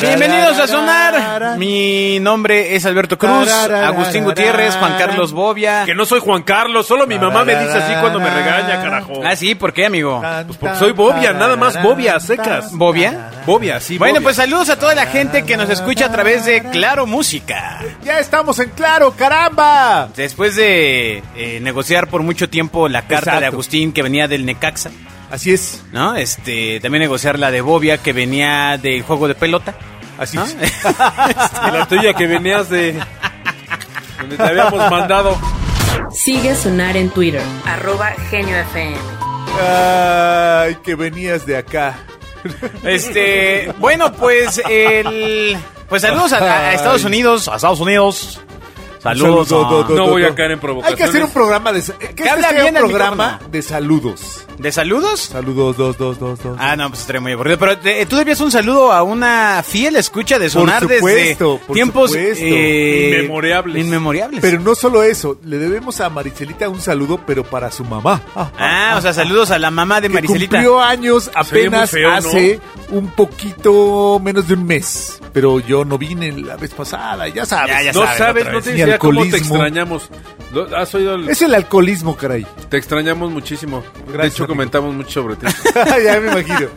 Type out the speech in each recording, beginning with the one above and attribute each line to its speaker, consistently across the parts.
Speaker 1: Bienvenidos a Sonar. Mi nombre es Alberto Cruz, Agustín Gutiérrez, Juan Carlos Bobia.
Speaker 2: Que no soy Juan Carlos, solo mi mamá me dice así cuando me regaña, carajo.
Speaker 1: Ah, sí, ¿por qué, amigo?
Speaker 2: Pues porque soy Bobia, nada más Bobia, a secas.
Speaker 1: ¿Bobia?
Speaker 2: Bobia, sí.
Speaker 1: Bueno,
Speaker 2: Bobia.
Speaker 1: pues saludos a toda la gente que nos escucha a través de Claro Música.
Speaker 3: Ya estamos en claro, caramba.
Speaker 1: Después de eh, negociar por mucho tiempo la carta de
Speaker 3: Exacto.
Speaker 1: Agustín que venía del Necaxa,
Speaker 3: Así es,
Speaker 1: ¿no? Este, también negociar la de Bobia que venía del juego de pelota.
Speaker 3: así
Speaker 1: ¿no?
Speaker 3: es.
Speaker 2: Y la tuya que venías de. donde te habíamos mandado.
Speaker 4: Sigue a Sonar en Twitter, arroba Genio FM.
Speaker 3: Ay, que venías de acá.
Speaker 1: Este, bueno, pues el pues saludos a, a Estados
Speaker 3: Ay.
Speaker 1: Unidos, a Estados Unidos. Saludos.
Speaker 3: Saludo,
Speaker 1: a-
Speaker 3: do, do,
Speaker 2: No
Speaker 3: do,
Speaker 2: voy
Speaker 3: do.
Speaker 2: a caer en
Speaker 3: Hay
Speaker 2: provocaciones.
Speaker 3: que hacer un programa de sa- que este
Speaker 1: habla
Speaker 3: sea
Speaker 1: bien
Speaker 3: un
Speaker 1: al
Speaker 3: programa
Speaker 1: micrófono.
Speaker 3: de saludos.
Speaker 1: ¿De saludos?
Speaker 3: Saludos dos dos dos dos.
Speaker 1: Ah, no, pues estaría muy aburrido. Pero te- tú debías un saludo a una fiel escucha de sonar
Speaker 3: supuesto,
Speaker 1: desde
Speaker 3: por
Speaker 1: tiempos
Speaker 3: supuesto.
Speaker 1: eh,
Speaker 2: Inmemorables.
Speaker 1: inmemorables.
Speaker 3: Pero no solo eso, le debemos a Marichelita un saludo, pero para su mamá.
Speaker 1: ah, o sea, saludos a la mamá de
Speaker 3: que
Speaker 1: Maricelita.
Speaker 3: cumplió años apenas
Speaker 2: muy feo, ¿no?
Speaker 3: hace un poquito menos de un mes. Pero yo no vine la vez pasada, ya sabes.
Speaker 1: Ya, ya
Speaker 2: No
Speaker 1: saben,
Speaker 2: sabes,
Speaker 1: otra
Speaker 2: no
Speaker 1: vez.
Speaker 2: tienes
Speaker 3: Ni
Speaker 2: idea cómo te
Speaker 3: alcoholismo.
Speaker 2: extrañamos. Lo- Has oído el-
Speaker 3: Es el alcoholismo, caray.
Speaker 2: Te extrañamos muchísimo. de
Speaker 3: Gracias,
Speaker 2: hecho,
Speaker 3: amigo.
Speaker 2: comentamos mucho sobre ti.
Speaker 3: ya me imagino.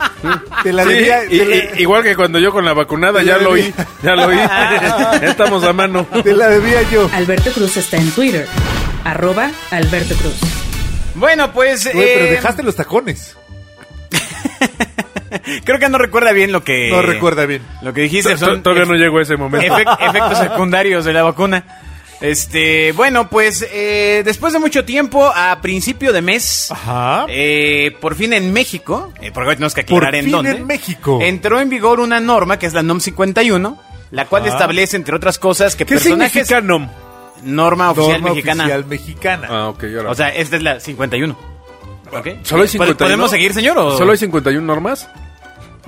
Speaker 3: Te la
Speaker 2: Sí,
Speaker 3: debía,
Speaker 2: y-
Speaker 3: te la-
Speaker 2: y- igual que cuando yo con la vacunada,
Speaker 3: Te
Speaker 2: ya
Speaker 3: la
Speaker 2: lo oí,
Speaker 3: debía.
Speaker 2: ya lo oí. ya estamos a mano.
Speaker 3: te la debía yo.
Speaker 4: Alberto Cruz está en Twitter, arroba Alberto Cruz.
Speaker 1: Bueno, pues
Speaker 3: Güey, pero
Speaker 1: eh,
Speaker 3: dejaste los tacones.
Speaker 1: creo que no recuerda bien lo que
Speaker 2: eh.
Speaker 3: No recuerda bien.
Speaker 1: Lo que dijiste
Speaker 2: To-
Speaker 1: son
Speaker 2: Todavía no llego a ese momento.
Speaker 1: Efec- efectos secundarios de la vacuna. Este, bueno, pues eh, después de mucho tiempo, a principio de mes,
Speaker 3: Ajá.
Speaker 1: eh, por fin en México, eh, porque hoy tenemos que
Speaker 3: Por
Speaker 1: aclarar en
Speaker 3: fin
Speaker 1: dónde,
Speaker 3: en México.
Speaker 1: entró en vigor una norma que es la NOM 51, la cual establece, entre otras cosas, que
Speaker 2: ¿Qué
Speaker 1: personajes...
Speaker 2: significa NOM?
Speaker 1: Norma oficial
Speaker 3: Norma
Speaker 1: mexicana.
Speaker 3: oficial mexicana.
Speaker 2: Ah, ok, ahora.
Speaker 1: O sea, esta es la 51. ¿Ok?
Speaker 2: ¿Solo hay 51?
Speaker 1: ¿Podemos seguir, señor? o-
Speaker 2: ¿Solo hay 51 normas?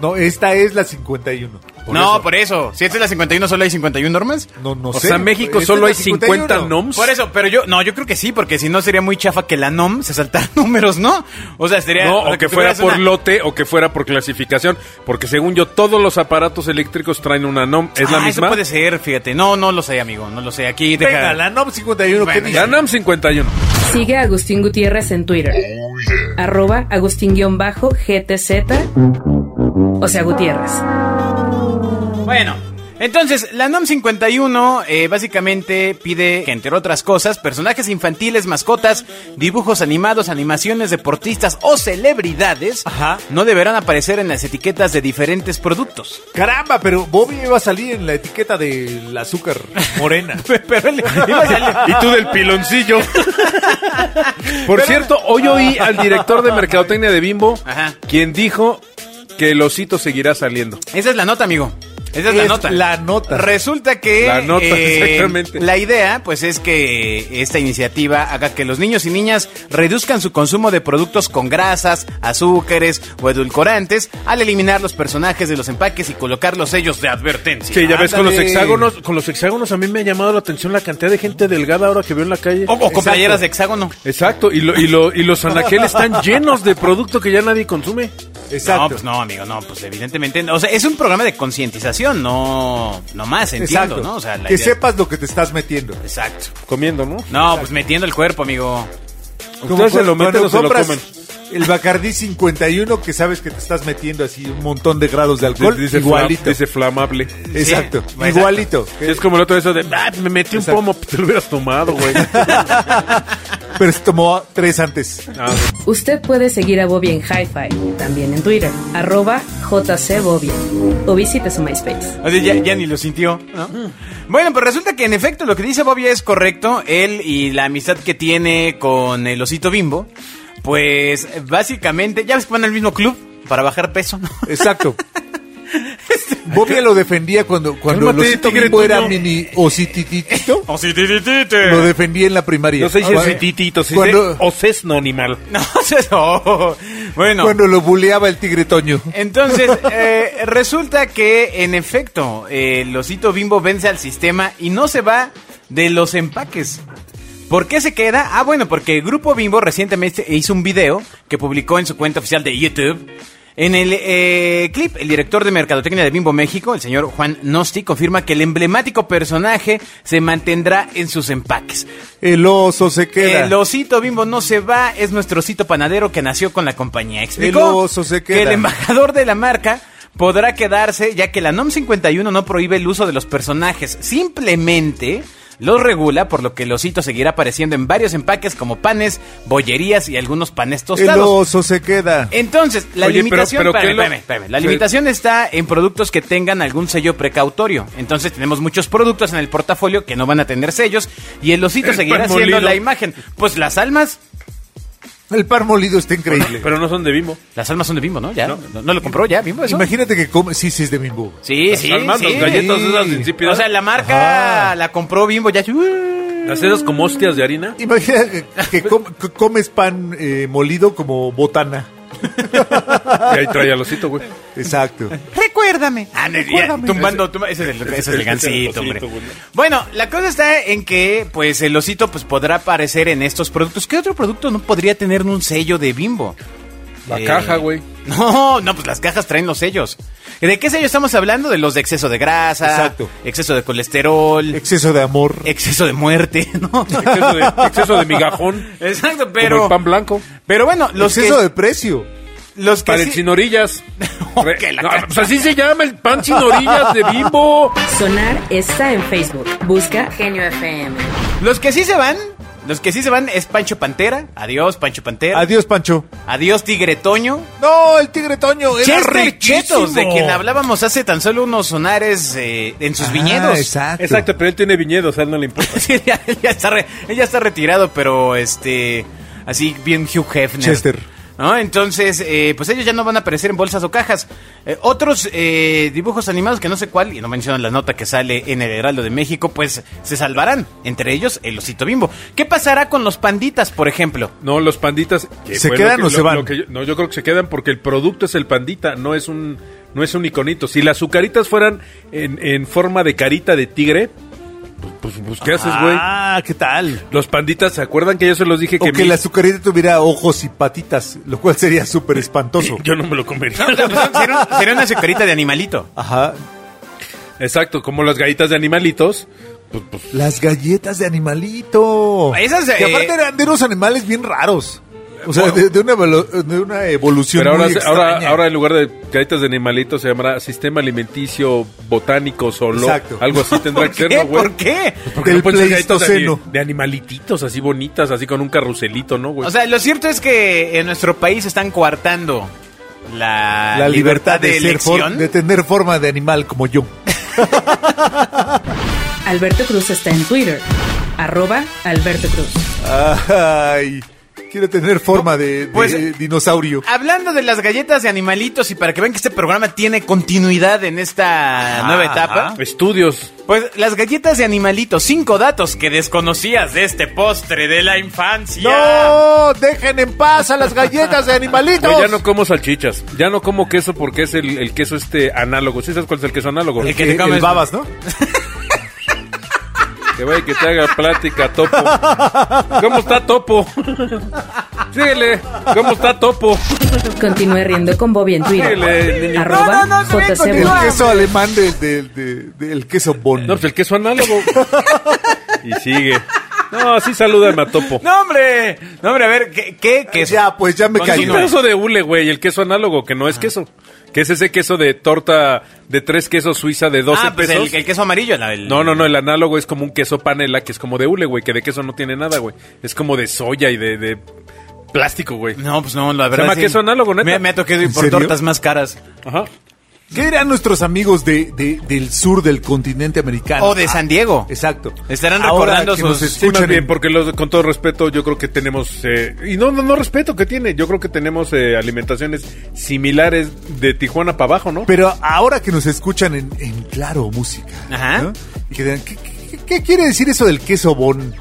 Speaker 3: No, esta es la 51.
Speaker 2: por
Speaker 1: no,
Speaker 2: eso.
Speaker 1: por eso. Si esta es la 51, ¿solo hay 51 normas?
Speaker 3: No, no
Speaker 2: O
Speaker 3: sé.
Speaker 2: sea, México
Speaker 3: Esta
Speaker 2: solo hay
Speaker 3: es la
Speaker 2: 50
Speaker 3: 51.
Speaker 2: NOMs.
Speaker 1: Por eso, pero yo, no, yo creo que sí, porque si no sería muy chafa que la NOM se saltara números, ¿no? O sea, sería.
Speaker 2: No,
Speaker 1: sea,
Speaker 2: o que
Speaker 1: tú
Speaker 2: fuera
Speaker 1: tuvieras
Speaker 2: por
Speaker 1: una-
Speaker 2: lote o que fuera por clasificación. Porque según yo, todos los aparatos eléctricos traen una NOM. ¿Es la
Speaker 1: Ah,
Speaker 2: misma?
Speaker 1: Eso puede ser, fíjate. No, no lo sé, amigo, no lo sé. Aquí deja.
Speaker 3: Venga, la NOM 51, ¿qué
Speaker 1: Bueno,
Speaker 3: dice?
Speaker 2: La NOM 51.
Speaker 4: Sigue a Agustín Gutiérrez en Twitter, arroba Agustín-GTZ, o sea Gutiérrez.
Speaker 1: Bueno. Entonces, la NOM 51 eh, básicamente pide que, entre otras cosas, personajes infantiles, mascotas, dibujos animados, animaciones, deportistas o celebridades
Speaker 3: Ajá.
Speaker 1: no deberán aparecer en las etiquetas de diferentes productos.
Speaker 3: Caramba, pero Bobby iba a salir en la etiqueta del azúcar morena.
Speaker 1: Pero él- iba a salir-
Speaker 2: Y tú del piloncillo. Por cierto, hoy oí al director de Mercadotecnia de Bimbo,
Speaker 1: Ajá.
Speaker 2: quien dijo que el osito seguirá saliendo.
Speaker 1: Esa es la nota, amigo. Esa es, la
Speaker 3: Es
Speaker 1: nota.
Speaker 3: la nota.
Speaker 1: Resulta que eh,
Speaker 2: La nota, exactamente.
Speaker 1: la idea, pues, es que esta iniciativa haga que los niños y niñas reduzcan su consumo de productos con grasas, azúcares o edulcorantes al eliminar los personajes de los empaques y colocar los sellos de advertencia.
Speaker 2: Sí, ya ves con los
Speaker 3: Ándale.
Speaker 2: hexágonos, con los hexágonos a mí me ha llamado la atención la cantidad de gente delgada ahora que veo en la calle.
Speaker 1: O, o con
Speaker 3: Exacto.
Speaker 1: playeras de hexágono.
Speaker 2: Exacto, y, lo- y, lo- y los anaqueles están llenos de producto que ya nadie consume.
Speaker 3: Exacto.
Speaker 1: No, pues no, amigo, no, pues evidentemente. no. O sea, es un programa de concientización, no, no más, entiendo,
Speaker 3: Exacto.
Speaker 1: ¿no? O sea, la
Speaker 3: que
Speaker 1: idea-
Speaker 3: sepas lo que te estás metiendo.
Speaker 1: Exacto.
Speaker 2: Comiendo, ¿no?
Speaker 1: No, pues metiendo el cuerpo, amigo.
Speaker 3: Como
Speaker 2: Ustedes se lo meten
Speaker 3: cuando
Speaker 2: o se lo
Speaker 3: compras
Speaker 2: comen.
Speaker 3: El Bacardí 51 que sabes que te estás metiendo así un montón de grados de alcohol.
Speaker 2: Pues Dice,
Speaker 3: igualito.
Speaker 2: flam- dice flamable.
Speaker 3: exacto.
Speaker 1: exacto.
Speaker 3: Igualito.
Speaker 2: Es como el otro eso de, "Ah, me metí un
Speaker 3: Exacto.
Speaker 2: pomo, te lo hubieras tomado, güey.
Speaker 3: Pero se tomó tres antes.
Speaker 2: Ah,
Speaker 4: Usted puede seguir a Bobby en Hi-Fi, también en Twitter, arroba JCBobby, o visite su MySpace.
Speaker 1: O sea, ya, ya ni lo sintió, ¿no? Bueno, pues resulta que en efecto lo que dice Bobby es correcto. Él y la amistad que tiene con el osito bimbo, pues básicamente, ya ves que van al mismo club para bajar peso, ¿no?
Speaker 3: Exacto. Bobby lo defendía cuando, cuando el
Speaker 2: Cálmate,
Speaker 3: osito
Speaker 2: tigre,
Speaker 3: bimbo
Speaker 2: tú
Speaker 3: era
Speaker 2: no.
Speaker 3: mini osititito.
Speaker 1: Ositititite.
Speaker 3: Lo defendía en la primaria.
Speaker 2: No sé si
Speaker 3: Ahora,
Speaker 2: es titito, si
Speaker 3: Cuando-
Speaker 2: es o sesno animal.
Speaker 1: No, o sea, no. Bueno.
Speaker 3: Cuando lo buleaba el tigre Toño.
Speaker 1: Entonces, eh, resulta que en efecto, eh, el osito bimbo vence al sistema y no se va de los empaques. ¿Por qué se queda? Ah, bueno, porque el Grupo Bimbo recientemente hizo un video que publicó en su cuenta oficial de YouTube. En el eh, clip, el director de Mercadotecnia de Bimbo México, el señor Juan Nosti, confirma que el emblemático personaje se mantendrá en sus empaques.
Speaker 3: El oso se queda.
Speaker 1: El osito bimbo no se va, es nuestro osito panadero que nació con la compañía. Explicó
Speaker 3: El oso se queda.
Speaker 1: que el embajador de la marca podrá quedarse, ya que la NOM 51 no prohíbe el uso de los personajes, simplemente los regula, por lo que el osito seguirá apareciendo en varios empaques como panes, bollerías y algunos panes
Speaker 3: el
Speaker 1: tostados.
Speaker 3: oso se queda.
Speaker 1: Entonces, la
Speaker 2: Oye, pero-
Speaker 1: limitación,
Speaker 2: pero
Speaker 1: espérame,
Speaker 2: ¿qué lo-
Speaker 1: espérame, espérame. la
Speaker 2: Sí.
Speaker 1: limitación está en productos que tengan algún sello precautorio. Entonces, tenemos muchos productos en el portafolio que no van a tener sellos y el osito
Speaker 2: El
Speaker 1: seguirá
Speaker 2: pan
Speaker 1: siendo
Speaker 2: molido.
Speaker 1: la imagen. Pues las almas,
Speaker 3: El par molido está increíble.
Speaker 2: Pero no son de Bimbo.
Speaker 1: las almas son de Bimbo, ¿no? Ya, no, Pues, no lo compró ya Bimbo eso?
Speaker 3: Imagínate que come. Sí, sí, es de Bimbo.
Speaker 1: Sí,
Speaker 2: Las
Speaker 1: sí,
Speaker 2: almas,
Speaker 1: sí.
Speaker 2: las galletas
Speaker 3: Sí.
Speaker 2: esas insípidas.
Speaker 1: O sea, la marca
Speaker 3: Ajá.
Speaker 1: la compró Bimbo ya.
Speaker 2: Las esas como hostias de harina.
Speaker 3: Imagínate que, que com- que comes pan eh, molido como botana.
Speaker 2: Y ahí trae al osito, güey.
Speaker 3: Exacto.
Speaker 1: Recuérdame. Ah, no, ya,
Speaker 3: Recuérdame.
Speaker 1: tumbando, tumba- ese es el, ese es el gancito,
Speaker 2: Osito,
Speaker 1: hombre.
Speaker 2: güey.
Speaker 1: Bueno, la cosa está en que, pues, el osito pues, podrá aparecer en estos productos. ¿Qué otro producto no podría tener un sello de bimbo? Eh,
Speaker 2: La
Speaker 3: Eh.
Speaker 2: caja, güey.
Speaker 1: No, no, pues las cajas traen los sellos. ¿De qué sello estamos hablando? De los de exceso de grasa,
Speaker 3: Exacto.
Speaker 1: exceso de colesterol,
Speaker 3: Exceso de amor.
Speaker 1: exceso de muerte, ¿no?
Speaker 2: Exceso de, exceso de migajón.
Speaker 1: Exacto,
Speaker 2: Como
Speaker 1: pero.
Speaker 2: el pan blanco.
Speaker 1: Pero bueno, los que,
Speaker 3: exceso de precio.
Speaker 1: los que
Speaker 2: Para el
Speaker 1: sí-
Speaker 2: sin orillas.
Speaker 1: Oh,
Speaker 2: Re-
Speaker 1: que la
Speaker 2: no,
Speaker 1: caja.
Speaker 2: pues así se llama el pan sin orillas de Bimbo.
Speaker 4: Sonar está en Facebook. Busca Genio FM.
Speaker 1: Los que sí se van, los que sí se van es Pancho Pantera. Adiós, Pancho Pantera.
Speaker 3: Adiós, Pancho.
Speaker 1: Adiós, Tigre Toño.
Speaker 3: No, el tigre Toño. Era
Speaker 1: Chester
Speaker 3: riquísimo.
Speaker 1: Chetos, de quien hablábamos hace tan solo unos sonares eh, en sus
Speaker 3: Ah,
Speaker 1: viñedos.
Speaker 3: Exacto.
Speaker 2: Exacto, pero él tiene viñedo, o sea, no le importa.
Speaker 1: Sí, ya, ya está re- él ya está retirado, pero este. Así bien Hugh Hefner.
Speaker 3: Chester.
Speaker 1: ¿No? Entonces, eh, pues ellos ya no van a aparecer en bolsas o cajas. Eh, otros eh, dibujos animados que no sé cuál, y no mencionan la nota que sale en el Heraldo de México, pues se salvarán. Entre ellos, el osito bimbo. ¿Qué pasará con los panditas, por ejemplo?
Speaker 2: No, los panditas. que
Speaker 3: ¿Se
Speaker 2: fue
Speaker 3: quedan
Speaker 2: lo
Speaker 3: o se
Speaker 2: lo-
Speaker 3: van?
Speaker 2: lo que yo- no, yo creo que se quedan porque el producto es el pandita, no es un, no es un iconito. Si las azucaritas fueran en, en forma de carita de tigre, pues, pues, pues, ¿qué haces, güey?
Speaker 3: Ah, ¿qué tal?
Speaker 2: Los panditas, ¿se acuerdan que yo se los dije
Speaker 3: O
Speaker 2: que,
Speaker 3: que
Speaker 2: mi-
Speaker 3: la azucarita tuviera ojos y patitas, lo cual sería súper espantoso.
Speaker 2: yo no me lo comería?
Speaker 1: Sería, un- sería una azucarita de animalito.
Speaker 3: Ajá.
Speaker 2: Exacto, como las galletas de animalitos. Pues, pues,
Speaker 3: Las galletas de animalito.
Speaker 1: Esas,
Speaker 3: Que
Speaker 1: eh,
Speaker 3: aparte eran de unos animales bien raros. O sea, de, de una, evolu- de una evolución
Speaker 2: pero ahora,
Speaker 3: muy
Speaker 2: ahora,
Speaker 3: extraña.
Speaker 2: ahora en lugar de galletas de animalitos se llamará sistema alimenticio botánico solo.
Speaker 3: Exacto.
Speaker 2: Algo así tendrá que ser,
Speaker 1: ¿Qué?
Speaker 2: ¿no, güey?
Speaker 1: ¿Por qué?
Speaker 2: Pues Porque
Speaker 3: Del
Speaker 2: no pueden ser galletas de ani-
Speaker 3: Pleistoceno.
Speaker 2: De, animalititos así bonitas, así con un carruselito, ¿no,
Speaker 3: Pues
Speaker 2: güey?
Speaker 1: O sea, lo cierto es que en nuestro país están coartando la,
Speaker 3: la libertad de, ser for-
Speaker 1: elección.
Speaker 3: de tener forma de animal como yo.
Speaker 4: Alberto Cruz está en Twitter. Arroba Alberto Cruz.
Speaker 3: Ay, quiero tener forma de, de
Speaker 1: Pues-
Speaker 3: dinosaurio.
Speaker 1: Hablando de las galletas de animalitos y para que vean que este programa tiene continuidad en esta nueva etapa,
Speaker 2: Estudios.
Speaker 1: pues las galletas de animalitos, cinco datos que desconocías de este postre de la infancia.
Speaker 3: ¡No! ¡Dejen en paz a las galletas de animalitos!
Speaker 2: Güey, ya no como salchichas. Ya no como queso porque es el, el queso este análogo. ¿Sí sabes cuál es el queso análogo?
Speaker 1: El que-
Speaker 3: Eh,
Speaker 1: te comes-
Speaker 3: el babas, ¿no?
Speaker 2: Que vaya y que te haga plática, Topo. ¿Cómo está Topo? Síguele. ¿Cómo está Topo?
Speaker 4: Continúe riendo con Bobby en
Speaker 2: Síguele,
Speaker 4: Twitter.
Speaker 2: niño.
Speaker 4: Arroba
Speaker 1: No, no, no, se ve
Speaker 4: JC
Speaker 3: El
Speaker 4: Bobby.
Speaker 3: queso alemán del del- del- del queso bon.
Speaker 2: No, pues el queso análogo. Y sigue. No, sí salúdame a Topo.
Speaker 1: No, hombre. No, hombre, a ver, ¿qué? qué, Ah, qué es?
Speaker 3: ya, pues ya me
Speaker 2: Sí,
Speaker 3: caí.
Speaker 1: Continúa.
Speaker 2: no, eso de hule, güey, el queso análogo, que no es queso. Que es ese queso de torta de tres quesos suiza de 12
Speaker 1: Ah, pues
Speaker 2: pesos.
Speaker 1: el, el queso amarillo. la- el-
Speaker 2: No, no, no, el análogo es como un queso panela, que es como de hule, güey, que de queso no tiene nada, güey. Es como de soya y de, de plástico, güey.
Speaker 1: No, pues no, la verdad.
Speaker 2: llama queso análogo, neta.
Speaker 1: Me, me ha tocado ir
Speaker 3: ¿En
Speaker 1: por
Speaker 3: serio?
Speaker 1: tortas más caras.
Speaker 2: Ajá.
Speaker 3: ¿Qué dirán nuestros amigos de, de- del sur del continente americano? Ah,
Speaker 1: O de San Diego.
Speaker 3: Exacto.
Speaker 1: Estarán
Speaker 3: Ahora
Speaker 1: recordando
Speaker 3: que
Speaker 1: sus-
Speaker 3: nos
Speaker 1: sí,
Speaker 2: Sí, más
Speaker 3: escuchan
Speaker 2: bien,
Speaker 3: en-
Speaker 2: porque los- con todo respeto, yo creo que tenemos. eh, y no, no, no respeto que tiene. Yo creo que tenemos eh, alimentaciones similares de Tijuana para abajo, ¿no?
Speaker 3: Pero ahora que nos escuchan en, en Claro Música.
Speaker 1: Ajá.
Speaker 3: ¿no? Y que digan, ¿qué, qué, qué quiere decir eso del queso bon?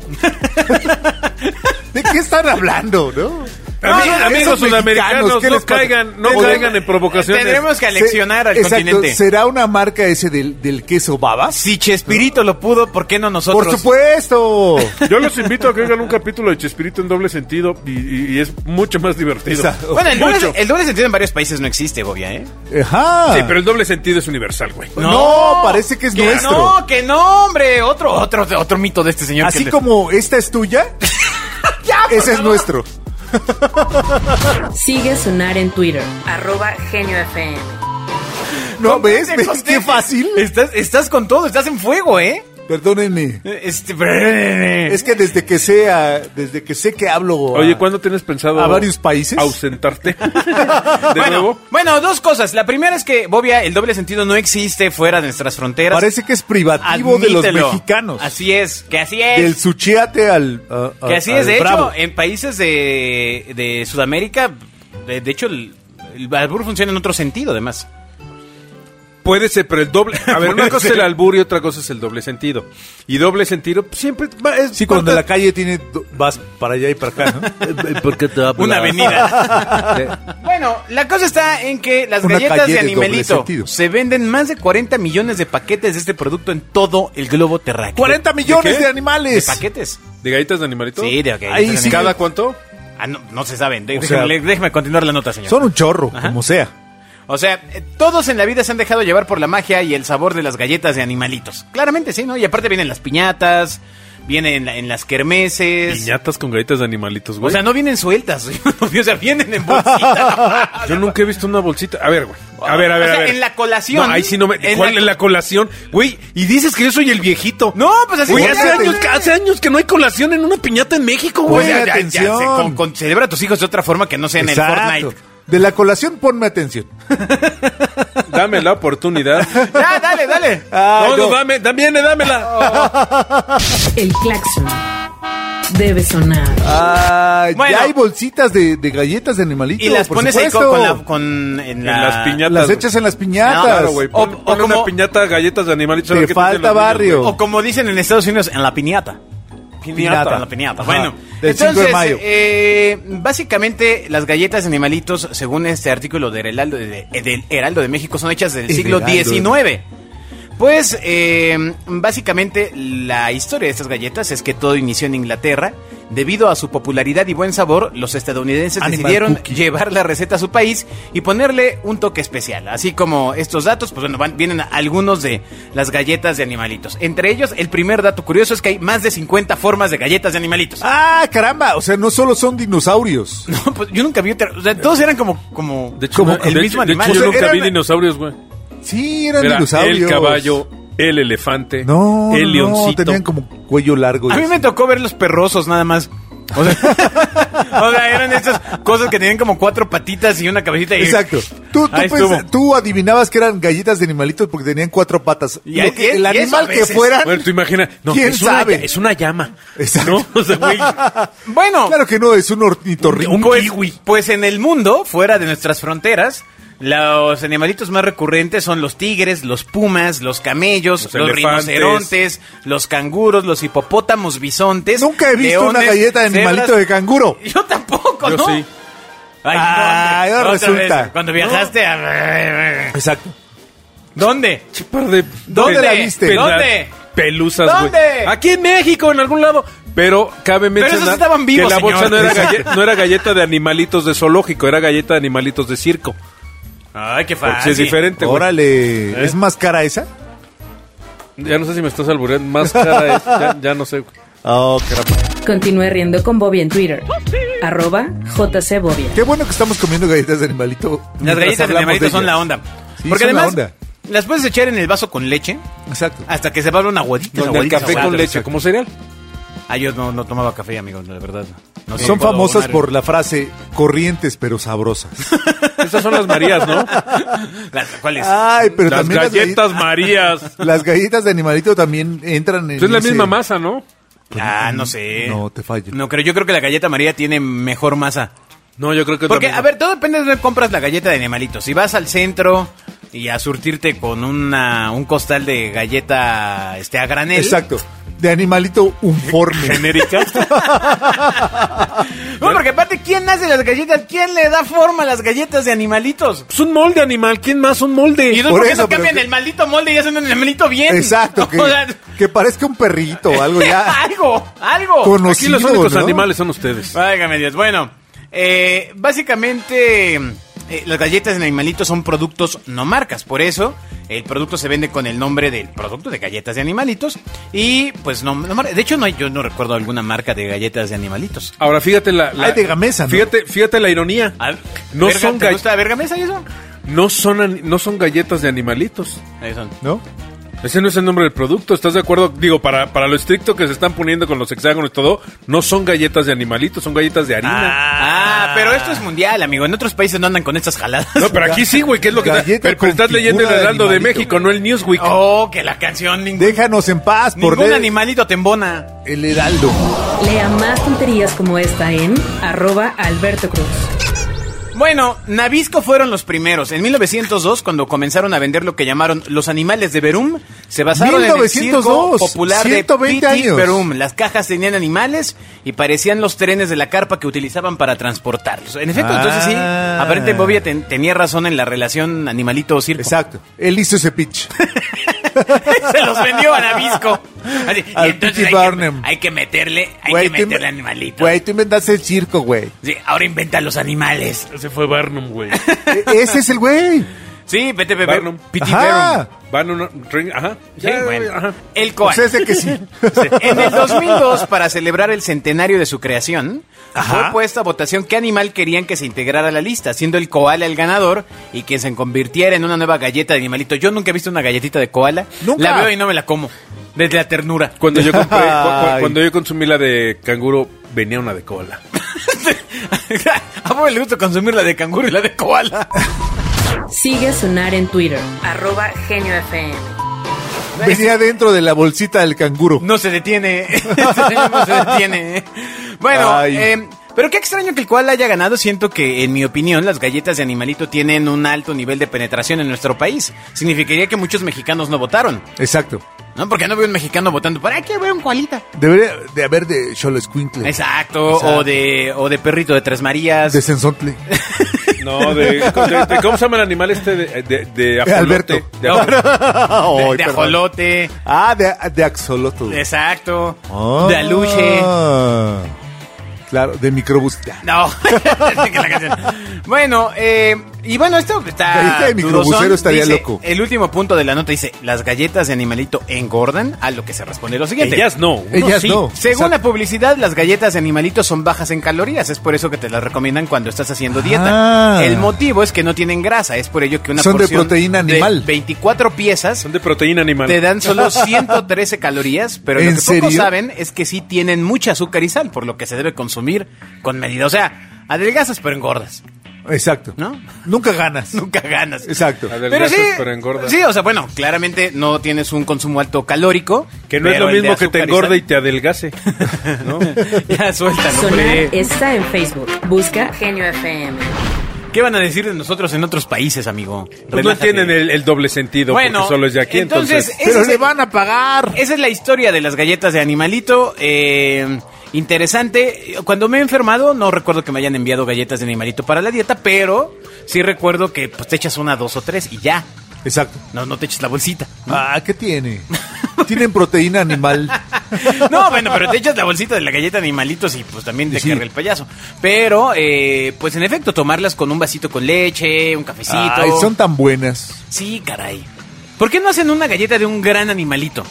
Speaker 3: ¿De qué están hablando, no?
Speaker 2: Ami-
Speaker 3: no,
Speaker 2: amigos
Speaker 3: esos
Speaker 2: sudamericanos,
Speaker 3: mexicanos, ¿qué
Speaker 2: no
Speaker 3: les pasa?
Speaker 2: caigan, no
Speaker 3: Ten-
Speaker 2: caigan en provocaciones.
Speaker 1: Tendremos que aleccionar al
Speaker 3: Exacto,
Speaker 1: continente.
Speaker 3: ¿Será una marca ese del, del queso babas?
Speaker 1: Si Chespirito lo pudo, ¿por qué no nosotros?
Speaker 3: ¡Por supuesto!
Speaker 2: Yo los invito a que hagan un capítulo de Chespirito en doble sentido y, y- y es mucho más divertido.
Speaker 3: Exacto.
Speaker 1: Bueno, el doble,
Speaker 2: Mucho.
Speaker 1: el doble sentido en varios países no existe, Bobia, ¿eh?
Speaker 3: Ajá.
Speaker 2: Sí, pero el doble sentido es universal, güey.
Speaker 3: Ah. No, parece que es nuestro.
Speaker 1: No, que no, hombre. Otro, otro, otro mito de este señor. que
Speaker 3: Así
Speaker 1: le-
Speaker 3: como esta es tuya, ese es nuestro.
Speaker 4: Sigue Sonar en Twitter, arroba Genio FM.
Speaker 3: ¿No
Speaker 1: Conteste,
Speaker 3: ves? ¿Ves
Speaker 1: conteste.
Speaker 3: qué fácil?
Speaker 1: Estás, estás con todo, estás en fuego, ¿eh?
Speaker 3: Perdónenme.
Speaker 1: Este, brr.
Speaker 3: Es que desde que sea, desde que sé que hablo a-
Speaker 2: Oye, ¿cuándo tienes pensado
Speaker 3: a varios países.
Speaker 2: ausentarte? ¿De
Speaker 1: bueno,
Speaker 2: nuevo?
Speaker 1: bueno, dos cosas. La primera es que, Bobia, el doble sentido no existe fuera de nuestras fronteras.
Speaker 3: Parece que es privativo de
Speaker 1: Admítelo.
Speaker 3: los mexicanos.
Speaker 1: Así es, que así es.
Speaker 3: Del suchiate al. a- a-
Speaker 1: Que así
Speaker 3: Ah, al
Speaker 1: es, de
Speaker 3: bravo.
Speaker 1: hecho, eh, en países de, de Sudamérica, de, de hecho, el, el albur funciona en otro sentido, además.
Speaker 2: Puede ser, pero el doble. A ver, una
Speaker 1: Puede
Speaker 2: cosa
Speaker 1: ser.
Speaker 2: es el albur y otra cosa es el doble sentido. Y doble sentido pues, siempre va- es.
Speaker 3: Sí, cuando
Speaker 2: parte-
Speaker 3: la calle tiene. do- Vas para allá y para acá, ¿no? Eh, ¿Por qué te va
Speaker 1: Una avenida. bueno, la cosa está en que las
Speaker 3: Una
Speaker 1: galletas
Speaker 3: calle
Speaker 1: de
Speaker 3: de doble
Speaker 1: animalito
Speaker 3: sentido.
Speaker 1: se venden más de 40 millones de paquetes de este producto en todo el globo terráqueo.
Speaker 3: 40 millones
Speaker 2: qué?
Speaker 3: de
Speaker 1: de
Speaker 3: animales.
Speaker 1: paquetes.
Speaker 2: ¿De galletas de animalito?
Speaker 1: Sí, de ok.
Speaker 3: Ahí
Speaker 1: de
Speaker 3: sí.
Speaker 1: animal-
Speaker 2: ¿Cada cuánto?
Speaker 1: Ah, no, no se saben. De-
Speaker 3: O sea-
Speaker 1: déjame, déjame continuar la nota, señor.
Speaker 3: Son un chorro, como sea.
Speaker 1: O sea, eh, todos en la vida se han dejado llevar por la magia y el sabor de las galletas de animalitos. Claramente, sí, ¿no? Y aparte vienen las piñatas, vienen en, la- en las kermeses.
Speaker 2: Piñatas con galletas de animalitos, güey.
Speaker 1: O sea, no vienen sueltas. o sea, vienen en bolsita.
Speaker 2: Yo nunca he visto una bolsita. A ver, güey. A ver, a ver,
Speaker 1: O sea,
Speaker 2: a ver.
Speaker 1: en la colación.
Speaker 2: No, ahí sí no me.
Speaker 1: En
Speaker 2: ¿Cuál
Speaker 1: la-
Speaker 2: es la colación? Güey, y dices que yo soy el viejito.
Speaker 1: No, pues así
Speaker 2: Güey,
Speaker 1: se
Speaker 2: hace
Speaker 1: llama.
Speaker 2: años, que- hace años que no hay colación en una piñata en México,
Speaker 1: O
Speaker 2: güey.
Speaker 1: sea,
Speaker 3: Ponle
Speaker 1: ya- ya
Speaker 3: atención.
Speaker 1: se- con- con- celebra a tus hijos de otra forma que no sea en el
Speaker 3: Exacto.
Speaker 1: Fortnite.
Speaker 3: De la colación, ponme atención.
Speaker 2: Dame la oportunidad.
Speaker 1: Ya, dale, dale.
Speaker 3: Ah,
Speaker 2: no, no,
Speaker 3: no. Oh,
Speaker 2: dame, dame, viene, dámela. Ah,
Speaker 4: El claxon debe sonar.
Speaker 3: Ay,
Speaker 1: Bueno.
Speaker 3: Ah, ya hay bolsitas de, de galletas de animalitos.
Speaker 1: Y las
Speaker 3: por
Speaker 1: pones ahí con,
Speaker 3: supuesto.
Speaker 1: con la- con- en, la-
Speaker 2: las piñatas.
Speaker 3: Las echas en las piñatas.
Speaker 1: No,
Speaker 2: Claro, güey.
Speaker 1: O-
Speaker 2: Pon,
Speaker 1: o
Speaker 2: pon una
Speaker 1: como-
Speaker 2: piñata, galletas de animalitos. a
Speaker 3: Te
Speaker 2: ver qué te
Speaker 3: falta
Speaker 2: dicen los niños,
Speaker 3: barrio.
Speaker 2: güey.
Speaker 1: O como dicen en Estados Unidos, en la piñata.
Speaker 3: Piñata.
Speaker 1: En la piñata.
Speaker 3: Ajá.
Speaker 1: Bueno,
Speaker 3: Del cinco de
Speaker 1: entonces,
Speaker 3: mayo.
Speaker 1: eh, básicamente las galletas de animalitos, según este artículo del Heraldo de, del Heraldo de México, son hechas del
Speaker 3: El
Speaker 1: siglo
Speaker 3: Heraldo.
Speaker 1: XIX. Pues eh, básicamente la historia de estas galletas es que todo inició en Inglaterra. Debido a su popularidad y buen sabor, los estadounidenses
Speaker 3: Animal
Speaker 1: decidieron
Speaker 3: cookie.
Speaker 1: llevar la receta a su país y ponerle un toque especial. Así como estos datos, pues bueno, van- vienen algunos de las galletas de animalitos. Entre ellos, el primer dato curioso es que hay más de 50 formas de galletas de animalitos.
Speaker 3: Ah, caramba. O sea, no solo son dinosaurios.
Speaker 1: No, pues yo nunca vi otra- o sea, todos eran como, como,
Speaker 2: De hecho,
Speaker 1: como
Speaker 2: no,
Speaker 1: el
Speaker 2: de
Speaker 1: mismo
Speaker 2: hecho- de
Speaker 1: animal.
Speaker 2: hecho,
Speaker 3: O sea,
Speaker 2: yo nunca vi
Speaker 3: Pues, eran-
Speaker 2: dinosaurios, güey.
Speaker 3: Sí, eran
Speaker 2: Era
Speaker 3: dinosaurios.
Speaker 2: el caballo, el elefante,
Speaker 3: No,
Speaker 2: el
Speaker 3: no,
Speaker 2: leoncito.
Speaker 3: tenían como cuello largo. y
Speaker 1: A mí
Speaker 3: así.
Speaker 1: me tocó ver los perrosos nada más. O sea, o sea, eran estas cosas que tenían como cuatro patitas y una cabecita. Y,
Speaker 3: Exacto. Tú, tú,
Speaker 1: Ahí
Speaker 3: pens-
Speaker 1: estuvo.
Speaker 3: tú adivinabas que eran galletas de animalitos porque tenían cuatro patas.
Speaker 1: Y
Speaker 3: Lo
Speaker 1: hay-
Speaker 3: que-
Speaker 1: y-
Speaker 3: el
Speaker 1: y eso
Speaker 3: animal
Speaker 1: a
Speaker 3: que
Speaker 1: veces.
Speaker 3: fuera.
Speaker 2: Bueno, tú imagina. No,
Speaker 3: ¿Quién
Speaker 2: es
Speaker 3: sabe?
Speaker 2: Una, es una llama.
Speaker 3: Exacto.
Speaker 2: ¿No? O sea, güey.
Speaker 1: Bueno,
Speaker 3: Claro que no, es un ornitorrinco.
Speaker 2: Un
Speaker 1: pues,
Speaker 2: kiwi.
Speaker 1: pues en el mundo, fuera de nuestras fronteras, los animalitos más recurrentes son los tigres, los pumas, los camellos,
Speaker 2: Los
Speaker 1: los,
Speaker 2: elefantes.
Speaker 1: rinocerontes, los canguros, los hipopótamos bisontes.
Speaker 3: Nunca he visto una
Speaker 1: leones,
Speaker 3: galleta de animalito
Speaker 1: cebras.
Speaker 3: de canguro.
Speaker 1: Yo tampoco,
Speaker 2: Yo
Speaker 1: ¿no?
Speaker 2: sí.
Speaker 1: Ay,
Speaker 3: Ah,
Speaker 1: ¿dónde?
Speaker 3: ahora
Speaker 1: Otra
Speaker 3: resulta.
Speaker 1: vez, cuando viajaste a...
Speaker 3: Exacto.
Speaker 1: ¿Dónde?
Speaker 2: Che, par de-
Speaker 1: ¿Dónde
Speaker 2: de-
Speaker 1: la
Speaker 3: viste?
Speaker 2: pela-
Speaker 1: ¿Dónde?
Speaker 2: Pelusas, güey.
Speaker 1: ¿Dónde?
Speaker 2: Aquí en México, en algún lado. Pero cabe mencionar
Speaker 1: esos estaban vivos,
Speaker 2: que la bolsa
Speaker 1: señor.
Speaker 2: no era, galle- no era galleta de animalitos de zoológico, era galleta de animalitos de circo.
Speaker 1: Ay, qué
Speaker 2: Porque
Speaker 1: fácil.
Speaker 2: sí Pues, es diferente, güey.
Speaker 3: Órale.
Speaker 1: ¿Eh?
Speaker 3: ¿Es más cara esa?
Speaker 2: Ya no sé si me estás albureando. Más cara es. Ya, ya no sé. güey.
Speaker 3: Oh, caramba.
Speaker 4: Continúe riendo con Bobby en Twitter, arroba JC Bobby.
Speaker 3: Qué bueno que estamos comiendo galletas de animalito.
Speaker 1: Las
Speaker 3: mientras
Speaker 1: galletas de
Speaker 3: hablamos
Speaker 1: animalito son
Speaker 3: ellas.
Speaker 1: la onda.
Speaker 3: Sí,
Speaker 1: Porque
Speaker 3: son la
Speaker 1: además,
Speaker 3: onda.
Speaker 1: las puedes echar en el vaso con leche
Speaker 3: Exacto.
Speaker 1: hasta que se vuelvan aguaditas.
Speaker 2: Donde el
Speaker 1: aguaditas,
Speaker 2: café con
Speaker 1: aguaditas.
Speaker 2: leche, como cereal.
Speaker 1: Ah, yo no, no tomaba café, amigo, la verdad. No sé,
Speaker 3: son
Speaker 1: puedo
Speaker 3: famosas
Speaker 1: abonar.
Speaker 3: por la frase corrientes pero sabrosas.
Speaker 2: Estas son las Marías, ¿no?
Speaker 1: Las- ¿Cuáles?
Speaker 3: Ay, pero
Speaker 2: las
Speaker 3: también las
Speaker 2: galletas Marías. Pues
Speaker 3: galletas- las galletas de animalito también entran en.
Speaker 2: Es la
Speaker 3: ese-
Speaker 2: misma masa, ¿no?
Speaker 1: Ah, no sé.
Speaker 3: No, te fallo.
Speaker 1: No, creo, yo creo que la galleta María tiene mejor masa.
Speaker 2: No, yo creo que es la
Speaker 1: Porque,
Speaker 2: misma.
Speaker 1: a ver, todo depende de dónde compras la galleta de animalitos. Si vas al centro y a surtirte con una, un costal de galleta este, a granel.
Speaker 3: Exacto. De animalito uniforme.
Speaker 2: genérica.
Speaker 1: No, porque aparte, ¿quién hace las galletas? ¿Quién le da forma a las galletas de animalitos?
Speaker 2: Es un molde, animal. ¿Quién más? Un molde.
Speaker 1: Y entonces,
Speaker 3: Por
Speaker 1: ¿por qué
Speaker 3: eso,
Speaker 1: no cambian
Speaker 3: pero-
Speaker 1: el maldito molde y hacen el animalito bien?
Speaker 3: Exacto, que,
Speaker 1: O sea,
Speaker 3: que parezca un perrito o algo ya
Speaker 1: algo, algo.
Speaker 2: Aquí
Speaker 3: conocido.
Speaker 2: los únicos
Speaker 3: ¿no?
Speaker 2: animales son ustedes.
Speaker 1: Válgame Dios. Bueno, eh, básicamente eh, las galletas en animalitos son productos no marcas. Por eso el producto se vende con el nombre del producto de galletas de animalitos. Y pues no, no mar- De hecho, no, hay- yo no recuerdo alguna marca de galletas de animalitos.
Speaker 2: Ahora, fíjate la... la-
Speaker 3: Ay, de gamesa, ¿no?
Speaker 2: Fíjate, fíjate la ironía.
Speaker 1: Ah,
Speaker 2: No
Speaker 1: ¿verga?
Speaker 2: son
Speaker 1: ¿Te
Speaker 2: gall-
Speaker 1: gusta la verga mesa y eso?
Speaker 2: No son, ani- no son galletas de animalitos.
Speaker 1: Ahí son.
Speaker 3: ¿No?
Speaker 2: Ese no es el nombre del producto, ¿estás de acuerdo? Digo, para, para lo estricto que se están poniendo con los hexágonos y todo, no son galletas de animalitos, son galletas de harina.
Speaker 1: Ah, pero esto es mundial, amigo. En otros países no andan con estas jaladas.
Speaker 2: No, pero aquí sí, güey, ¿qué es lo que está-
Speaker 3: Galleta
Speaker 2: Pero,
Speaker 3: con
Speaker 2: pero estás leyendo el
Speaker 3: figura de
Speaker 2: Heraldo de,
Speaker 3: animalito.
Speaker 2: México, no el Newsweek.
Speaker 1: Oh, que la canción. Ningún,
Speaker 3: Déjanos en paz por
Speaker 1: ningún
Speaker 3: leer
Speaker 1: animalito te embona.
Speaker 3: el heraldo.
Speaker 4: Lea más tonterías como esta en arroba Alberto Cruz.
Speaker 1: Bueno, Nabisco fueron los primeros. En 1902, cuando comenzaron a vender lo que llamaron los animales de Berum, se basaron en el circo
Speaker 3: 1902,
Speaker 1: popular
Speaker 3: 120
Speaker 1: de Petit
Speaker 3: años.
Speaker 1: Berum. Las cajas tenían animales y parecían los trenes de la carpa que utilizaban para transportarlos. En efecto,
Speaker 3: Ah.
Speaker 1: entonces sí, aparentemente Bobia ten- tenía razón en la relación animalito-circo.
Speaker 3: Exacto. Él hizo ese pitch.
Speaker 1: se los vendió a Nabisco. Así, y
Speaker 3: Al
Speaker 1: entonces
Speaker 3: P.T.
Speaker 1: hay que,
Speaker 3: Barnum.
Speaker 1: hay que meterle, hay
Speaker 3: Güey,
Speaker 1: que
Speaker 3: tú inven-
Speaker 1: meterle animalitos.
Speaker 3: Güey, tú inventaste el circo, güey.
Speaker 1: Sí, ahora inventa los animales.
Speaker 2: Ese fue Barnum, güey.
Speaker 3: E- ese es el güey.
Speaker 1: Sí, vete, vete.
Speaker 2: Barnum.
Speaker 1: Petit Berum.
Speaker 3: Ajá.
Speaker 2: Barnum, ring- ajá.
Speaker 1: Sí,
Speaker 2: Ya,
Speaker 1: bueno.
Speaker 2: ajá.
Speaker 1: El
Speaker 3: O
Speaker 1: Coan.
Speaker 3: sea, ese que sí.
Speaker 1: En el 2002, para celebrar el centenario de su creación, fue puesta a votación qué animal querían que se integrara a la lista, siendo el koala el ganador y quien se convirtiera en una nueva galleta de animalito. Yo nunca he visto una galletita de koala.
Speaker 3: Nunca.
Speaker 1: La veo y no me la como. Desde la ternura.
Speaker 2: Cuando yo compré, cu- cu-
Speaker 3: Ay.
Speaker 2: cuando yo consumí la de canguro, venía una de cola.
Speaker 1: a Bob le gusta consumir la de canguro y la de koala.
Speaker 4: Sigue a Sonar en Twitter, arroba Genio FM.
Speaker 3: Venía dentro de la bolsita del canguro.
Speaker 1: No se detiene. Este no se detiene. Bueno,
Speaker 3: Ay.
Speaker 1: eh, pero qué extraño que el cual haya ganado. Siento que, en mi opinión, las galletas de animalito tienen un alto nivel de penetración en nuestro país. Significaría que muchos mexicanos no votaron.
Speaker 3: Exacto.
Speaker 1: ¿No? Porque no veo un mexicano votando. ¿Para qué veo un cualita?
Speaker 3: Debería de haber de Cholo Escuincle.
Speaker 1: Exacto, O, de, o de perrito de Tres Marías.
Speaker 3: De Sensontle.
Speaker 2: No, de, de- de- ¿Cómo se llama el animal este? De, de, de
Speaker 1: Eh,
Speaker 2: ajolote?
Speaker 3: Alberto.
Speaker 2: De ajolote.
Speaker 1: de,
Speaker 3: Ay,
Speaker 1: de
Speaker 3: perdón.
Speaker 1: ajolote.
Speaker 3: Ah, de, de axolotl.
Speaker 1: Exacto.
Speaker 3: Ah.
Speaker 1: De aluche.
Speaker 3: Claro, de microbus. Ya.
Speaker 1: No, Este que la canción. Bueno, eh, y bueno, esto está.
Speaker 3: Galleta de microbusero
Speaker 1: dudosón.
Speaker 3: estaría
Speaker 1: Dice,
Speaker 3: loco.
Speaker 1: El último punto de la nota dice: Las galletas de animalito engordan, a lo que se responde lo siguiente.
Speaker 2: Ellas no. uno
Speaker 3: Ellas
Speaker 2: sí.
Speaker 3: no.
Speaker 1: Según
Speaker 3: Exacto.
Speaker 1: la publicidad, las galletas de animalitos son bajas en calorías. Es por eso que te las recomiendan cuando estás haciendo dieta.
Speaker 3: Ah.
Speaker 1: El motivo es que no tienen grasa. Es por ello que una
Speaker 3: Son de
Speaker 1: porción
Speaker 3: proteína animal.
Speaker 1: De 24 piezas
Speaker 2: Son de proteína animal.
Speaker 1: te dan solo 113 calorías, pero lo
Speaker 3: ¿En
Speaker 1: que pocos
Speaker 3: serio?
Speaker 1: saben es que sí tienen mucha azúcar y sal, por lo que se debe consumir con medida. O sea, adelgazas pero engordas,
Speaker 3: Exacto.
Speaker 1: ¿No?
Speaker 3: Nunca ganas.
Speaker 1: nunca ganas.
Speaker 3: Exacto.
Speaker 1: Pero sí,
Speaker 2: pero engorda.
Speaker 1: sí, o sea, bueno, claramente no tienes un consumo alto calórico.
Speaker 2: que no es
Speaker 1: pero
Speaker 2: lo
Speaker 1: el de
Speaker 2: mismo que te
Speaker 1: azúcar
Speaker 2: engorde y
Speaker 1: sal-
Speaker 2: te adelgace. Pues ¿no?
Speaker 1: ya suéltalo,
Speaker 4: Sonar
Speaker 1: hombre.
Speaker 4: está en Facebook. Busca Genio FM.
Speaker 1: ¿Qué van a decir de nosotros en otros países, amigo?
Speaker 2: Pues no
Speaker 1: Relájate.
Speaker 2: entienden el, el doble sentido
Speaker 1: Bueno,
Speaker 2: porque solo es de aquí. Entonces,
Speaker 1: entonces,
Speaker 3: Pero
Speaker 1: Ese-
Speaker 3: le van a pagar.
Speaker 1: Esa es la historia de las galletas de animalito. eh, interesante. Cuando me he enfermado, no recuerdo que me hayan enviado galletas de animalito para la dieta, pero sí recuerdo que pues, te echas una, dos o tres y ya.
Speaker 3: Exacto.
Speaker 1: No, no te eches la bolsita.
Speaker 3: Ah, ¿qué tiene? Tienen proteína animal.
Speaker 1: No, bueno, pero te echas la bolsita de la galleta de animalitos y pues también te
Speaker 3: Sí.
Speaker 1: carga el payaso. Pero, eh, pues en efecto, tomarlas con un vasito con leche, un cafecito.
Speaker 3: Ay, son tan buenas.
Speaker 1: Sí, caray. ¿Por qué no hacen una galleta de un gran animalito?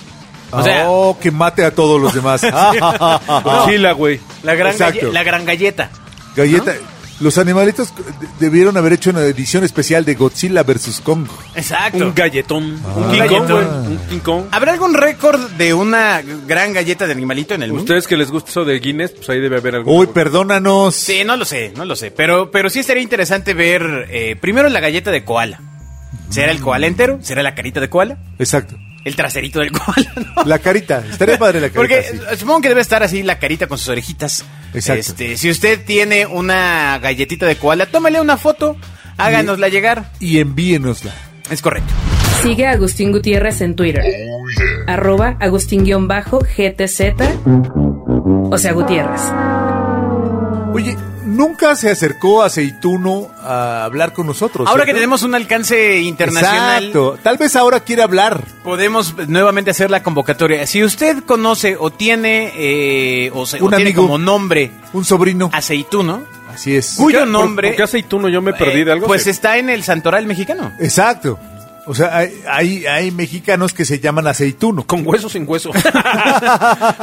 Speaker 1: O sea,
Speaker 3: oh, que mate a todos los demás. Ah,
Speaker 2: chila, pues güey.
Speaker 1: ah, la, gran
Speaker 3: exacto.
Speaker 1: galle- la gran galleta.
Speaker 3: Galleta. Los animalitos de- debieron haber hecho una edición especial de Godzilla vs. Kong.
Speaker 1: Exacto.
Speaker 2: Un galletón. un
Speaker 1: Un
Speaker 2: King Kong, güey.
Speaker 1: galletón.
Speaker 2: Un King Kong.
Speaker 1: ¿Habrá algún récord de una gran galleta de animalito en el mundo?
Speaker 2: Ustedes que les gusta eso de Guinness, pues ahí debe haber algo.
Speaker 3: Uy, perdónanos.
Speaker 1: Sí, no lo sé, no lo sé. Pero, pero sí estaría interesante ver eh, primero la galleta de koala. ¿Será el koala entero? ¿Será la carita de koala?
Speaker 3: Exacto.
Speaker 1: ¿El traserito del koala? ¿no?
Speaker 3: La carita. Estaría padre la carita.
Speaker 1: Porque
Speaker 3: sí.
Speaker 1: eh, supongo que debe estar así la carita con sus orejitas.
Speaker 3: Exacto.
Speaker 1: Este, si usted tiene una galletita de koala, tómale una foto, háganosla llegar.
Speaker 3: Y envíenosla.
Speaker 1: Es correcto.
Speaker 4: Sigue a Agustín Gutiérrez en Twitter, arroba Agustín-GTZ, o sea Gutiérrez.
Speaker 3: Oye, nunca se acercó Aceituno a hablar con nosotros.
Speaker 1: Ahora que
Speaker 3: ¿cierto?
Speaker 1: tenemos un alcance internacional,
Speaker 3: Exacto. Tal vez ahora quiere hablar.
Speaker 1: podemos nuevamente hacer la convocatoria. Si usted conoce o tiene, eh, o, se- o
Speaker 3: Un
Speaker 1: tiene
Speaker 3: amigo.
Speaker 1: como nombre
Speaker 3: Un sobrino.
Speaker 1: aceituno,
Speaker 3: Así es.
Speaker 1: Uy. cuyo
Speaker 2: ¿Por-
Speaker 1: nombre-
Speaker 2: ¿Por qué aceituno? Yo me perdí de
Speaker 1: eh,
Speaker 2: algo.
Speaker 1: pues
Speaker 2: Sí.
Speaker 1: está en el santoral mexicano.
Speaker 3: Exacto. O sea, hay, hay, hay mexicanos que se llaman aceituno.
Speaker 2: Con hueso sin hueso.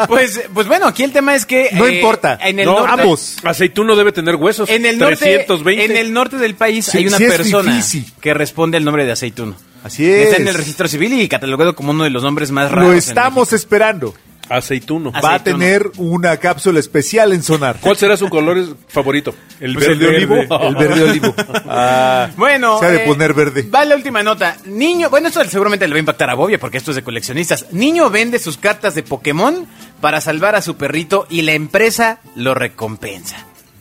Speaker 1: Pues, pues bueno, aquí el tema es que... eh,
Speaker 3: No importa.
Speaker 1: En el
Speaker 3: No,
Speaker 1: norte,
Speaker 3: ambos.
Speaker 2: Aceituno debe tener huesos.
Speaker 1: En el, norte,
Speaker 2: 320.
Speaker 1: en el norte del país
Speaker 3: Sí,
Speaker 1: hay una
Speaker 3: sí es
Speaker 1: persona
Speaker 3: difícil.
Speaker 1: que responde el nombre de aceituno.
Speaker 3: Así es.
Speaker 1: Está en el registro civil y catalogado como uno de los nombres más raros.
Speaker 3: Lo
Speaker 1: en
Speaker 3: estamos esperando.
Speaker 2: Aceituno.
Speaker 1: Ace-
Speaker 3: Va a
Speaker 1: Aceituno.
Speaker 3: tener una cápsula especial en Sonar.
Speaker 2: ¿Cuál será su color es- favorito? ¿El
Speaker 3: Pues el de
Speaker 2: verde
Speaker 3: olivo, el verde olivo. Ah,
Speaker 1: Bueno, eh,
Speaker 3: Se ha de poner verde.
Speaker 1: Va la última nota. Niño, bueno, esto seguramente le va a impactar a Bobia porque esto es de coleccionistas. Niño vende sus cartas de Pokémon para salvar a su perrito y la empresa lo recompensa.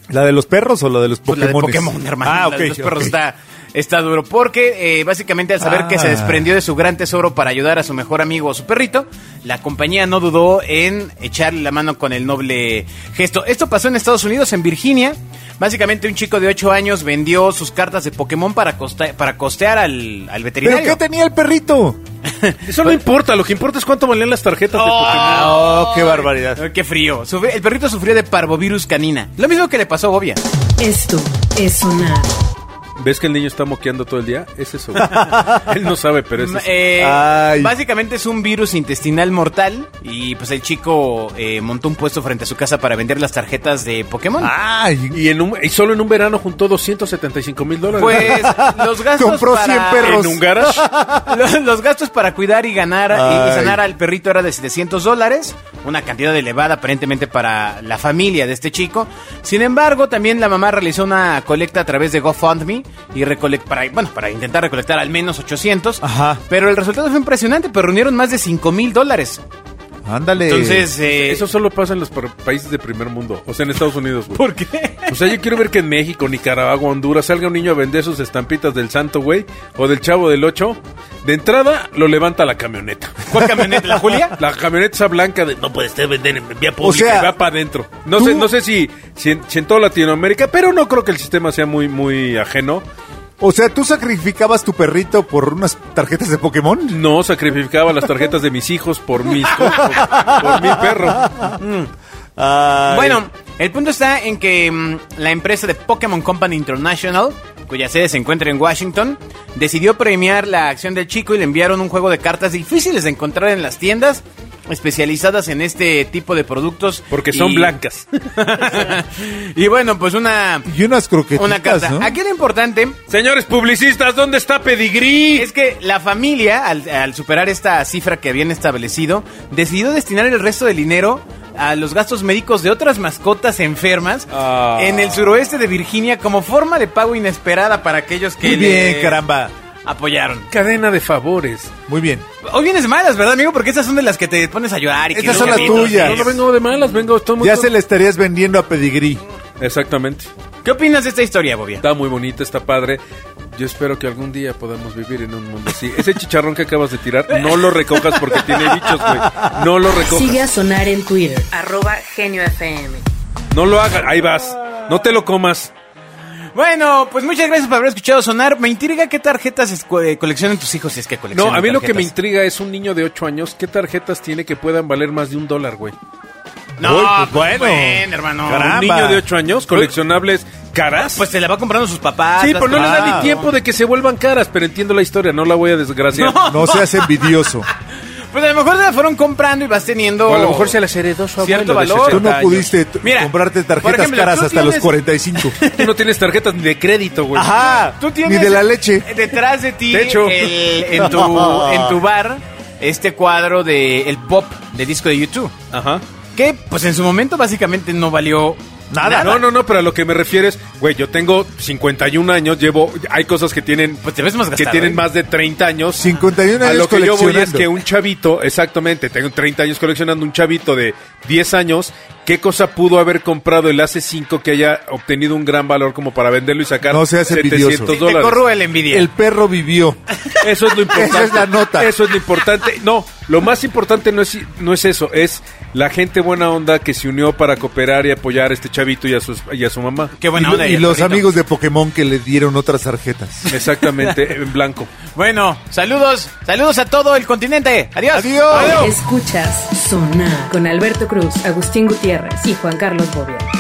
Speaker 3: ¿La de los perros o la de los
Speaker 1: Pues
Speaker 3: Pokémon?
Speaker 1: la de Pokémon, hermano.
Speaker 3: Ah,
Speaker 1: La
Speaker 3: ok.
Speaker 1: de los perros
Speaker 3: ok.
Speaker 1: está, está duro. Porque eh, básicamente al saber que se
Speaker 3: Ah.
Speaker 1: desprendió de su gran tesoro para ayudar a su mejor amigo o su perrito, la compañía no dudó en echarle la mano con el noble gesto. Esto pasó en Estados Unidos, en Virginia. Básicamente un chico de 8 años vendió sus cartas de Pokémon para, costa- para costear al, al
Speaker 3: ¿Pero
Speaker 1: veterinario.
Speaker 3: qué tenía el perrito?
Speaker 2: Eso no importa, lo que importa es cuánto valían las tarjetas de Pokémon.
Speaker 3: Oh, qué barbaridad.
Speaker 1: Ay, Qué frío. Sufri- El perrito sufrió de parvovirus canina. Lo mismo que le pasó a Bobia.
Speaker 4: Esto es sonar.
Speaker 2: ¿Ves que el niño está moqueando todo el día? Es eso. güey. Él no sabe, pero es
Speaker 1: Mm,
Speaker 2: eso.
Speaker 1: eh,
Speaker 3: Ay.
Speaker 1: básicamente es un virus intestinal mortal y pues el chico eh, montó un puesto frente a su casa para vender las tarjetas de Pokémon.
Speaker 3: Ah. Ay,
Speaker 2: Y, en un- y solo en un verano juntó 275 mil dólares.
Speaker 1: Pues los gastos
Speaker 3: Compró 100
Speaker 1: para
Speaker 3: perros.
Speaker 2: ¿En un garage?
Speaker 1: los, los gastos para cuidar y ganar y- y
Speaker 3: Ay.
Speaker 1: sanar al perrito era de 700 dólares, una cantidad elevada aparentemente para la familia de este chico. Sin embargo, también la mamá realizó una colecta a través de GoFundMe y recolec- para, bueno, para intentar recolectar al menos 800.
Speaker 3: Ajá.
Speaker 1: Pero el resultado fue impresionante, pero reunieron más de 5 mil dólares.
Speaker 3: ándale.
Speaker 1: Entonces, eh,
Speaker 2: Eso solo pasa en los par- países de primer mundo. O sea, en Estados Unidos, güey.
Speaker 1: ¿por qué?
Speaker 2: O sea, yo quiero ver que en México, Nicaragua, Honduras salga un niño a vender sus estampitas del santo, güey, o del chavo del 8. De entrada, lo levanta la camioneta.
Speaker 1: ¿Cuál camioneta? ¿La Julia?
Speaker 2: La camioneta esa blanca de no puede usted vender en vía pública
Speaker 3: sea,
Speaker 2: y va para adentro. No
Speaker 3: tú-
Speaker 2: sé, no sé si, si en, si en toda Latinoamérica, pero no creo que el sistema sea muy, muy ajeno.
Speaker 3: O sea, ¿tú sacrificabas tu perrito por unas tarjetas de Pokémon?
Speaker 2: No sacrificaba las tarjetas de mis hijos por mis co- por, por mi perro.
Speaker 3: Ay.
Speaker 1: Bueno, el punto está en que mm, la empresa de Pokémon Company International, cuya sede se encuentra en Washington, decidió premiar la acción del chico y le enviaron un juego de cartas difíciles de encontrar en las tiendas especializadas en este tipo de productos.
Speaker 2: Porque son
Speaker 1: Y-
Speaker 2: blancas.
Speaker 1: y bueno, pues una,
Speaker 3: Y unas croquetitas,
Speaker 1: una carta.
Speaker 3: ¿no?
Speaker 1: Aquí lo importante
Speaker 2: Señores publicistas, ¿dónde está Pedigrí?
Speaker 1: Es que la familia, al, al superar esta cifra que habían establecido, decidió destinar el resto del dinero a los gastos médicos de otras mascotas enfermas
Speaker 2: Ah.
Speaker 1: en el suroeste de Virginia como forma de pago inesperada para aquellos que
Speaker 3: Muy
Speaker 1: le
Speaker 3: bien, caramba.
Speaker 1: apoyaron.
Speaker 2: Cadena de favores.
Speaker 3: Muy bien.
Speaker 1: Hoy vienes malas, ¿verdad, amigo? Porque estas son de las que te pones a llorar. Y que
Speaker 3: Estas
Speaker 1: no,
Speaker 3: son las
Speaker 1: que no,
Speaker 3: tuyas.
Speaker 1: que no.
Speaker 2: No vengo de malas, vengo todo
Speaker 3: Ya se le estarías vendiendo a Pedigrí.
Speaker 2: Exactamente.
Speaker 1: ¿Qué opinas de esta historia, Bobia?
Speaker 2: Está muy bonita, está padre. Yo espero que algún día podamos vivir en un mundo así. Ese chicharrón que acabas de tirar, no lo recojas porque tiene bichos, güey. No lo
Speaker 4: Sigue
Speaker 2: recojas.
Speaker 4: a sonar en Twitter. Arroba Genio FM.
Speaker 2: No lo hagas. Ahí vas. No te lo comas.
Speaker 1: Bueno, pues muchas gracias por haber escuchado sonar. Me intriga qué tarjetas esco- eh, coleccionan tus hijos si es que
Speaker 2: No,
Speaker 1: coleccionan
Speaker 2: a mí lo que me
Speaker 1: tarjetas.
Speaker 2: intriga es un niño de 8 años, ¿qué tarjetas tiene que puedan valer más de un dólar, güey?
Speaker 1: No,
Speaker 3: Uy,
Speaker 1: pues
Speaker 3: pues
Speaker 1: bueno.
Speaker 3: bueno.
Speaker 1: hermano.
Speaker 3: Caramba.
Speaker 2: Un niño de 8 años, coleccionables caras.
Speaker 1: Pues se la va comprando sus papás.
Speaker 2: sí,
Speaker 1: las
Speaker 2: pero no les da
Speaker 1: papás.
Speaker 2: ni tiempo de que se vuelvan caras, pero entiendo la historia, no la voy a desgraciar.
Speaker 1: No.
Speaker 3: No seas envidioso.
Speaker 1: Pues a lo mejor se la fueron comprando y vas teniendo.
Speaker 2: O a lo mejor se las heredó su
Speaker 1: Cierto
Speaker 2: abuelo de
Speaker 1: valor.
Speaker 2: 60
Speaker 3: Tú no
Speaker 2: años.
Speaker 3: pudiste t-
Speaker 1: Mira,
Speaker 3: comprarte
Speaker 1: por
Speaker 3: tarjetas
Speaker 1: ejemplo,
Speaker 3: caras
Speaker 1: tú
Speaker 3: hasta los
Speaker 1: tienes-
Speaker 3: 45.
Speaker 2: Tú no tienes tarjetas ni de crédito, güey.
Speaker 3: Ajá.
Speaker 1: Tú tienes
Speaker 3: Ni de la leche.
Speaker 1: Detrás de ti,
Speaker 2: De hecho.
Speaker 1: el- en, tu, en tu bar, este cuadro de el pop de disco de YouTube.
Speaker 2: Ajá.
Speaker 1: Que, pues en su momento, básicamente no valió nada.
Speaker 2: No, no, no, pero a lo que me refieres, güey, yo tengo 51 años, llevo, hay cosas que tienen,
Speaker 1: Pues te ves más
Speaker 2: que
Speaker 1: gastado,
Speaker 2: tienen
Speaker 1: ¿eh?
Speaker 2: más de 30 años.
Speaker 3: 51
Speaker 2: A
Speaker 3: años
Speaker 2: lo que yo voy es
Speaker 3: coleccionando.
Speaker 2: que un chavito, exactamente, tengo 30 años coleccionando un chavito de 10 años, ¿qué cosa pudo haber comprado el hace 5 que haya obtenido un gran valor como para venderlo y sacar
Speaker 3: No seas envidioso.
Speaker 1: Te,
Speaker 2: 700
Speaker 1: te
Speaker 2: dólares?
Speaker 1: corro el envidia.
Speaker 3: El perro vivió.
Speaker 2: Eso es lo importante.
Speaker 3: Esa es la nota.
Speaker 2: Eso es lo importante. No, Lo más importante no es, no es eso, es la gente buena onda que se unió para cooperar y apoyar a este chavito y a, sus, y a su mamá.
Speaker 1: Qué buena
Speaker 3: y,
Speaker 1: onda.
Speaker 3: y
Speaker 1: el
Speaker 3: los
Speaker 1: perrito.
Speaker 3: amigos de Pokémon que le dieron otras tarjetas.
Speaker 2: Exactamente, en blanco.
Speaker 1: Bueno, saludos. Saludos a todo el continente. Adiós.
Speaker 3: Adiós.
Speaker 4: Escuchas Sonar con Alberto Cruz, Agustín Gutiérrez y Juan Carlos Bobia.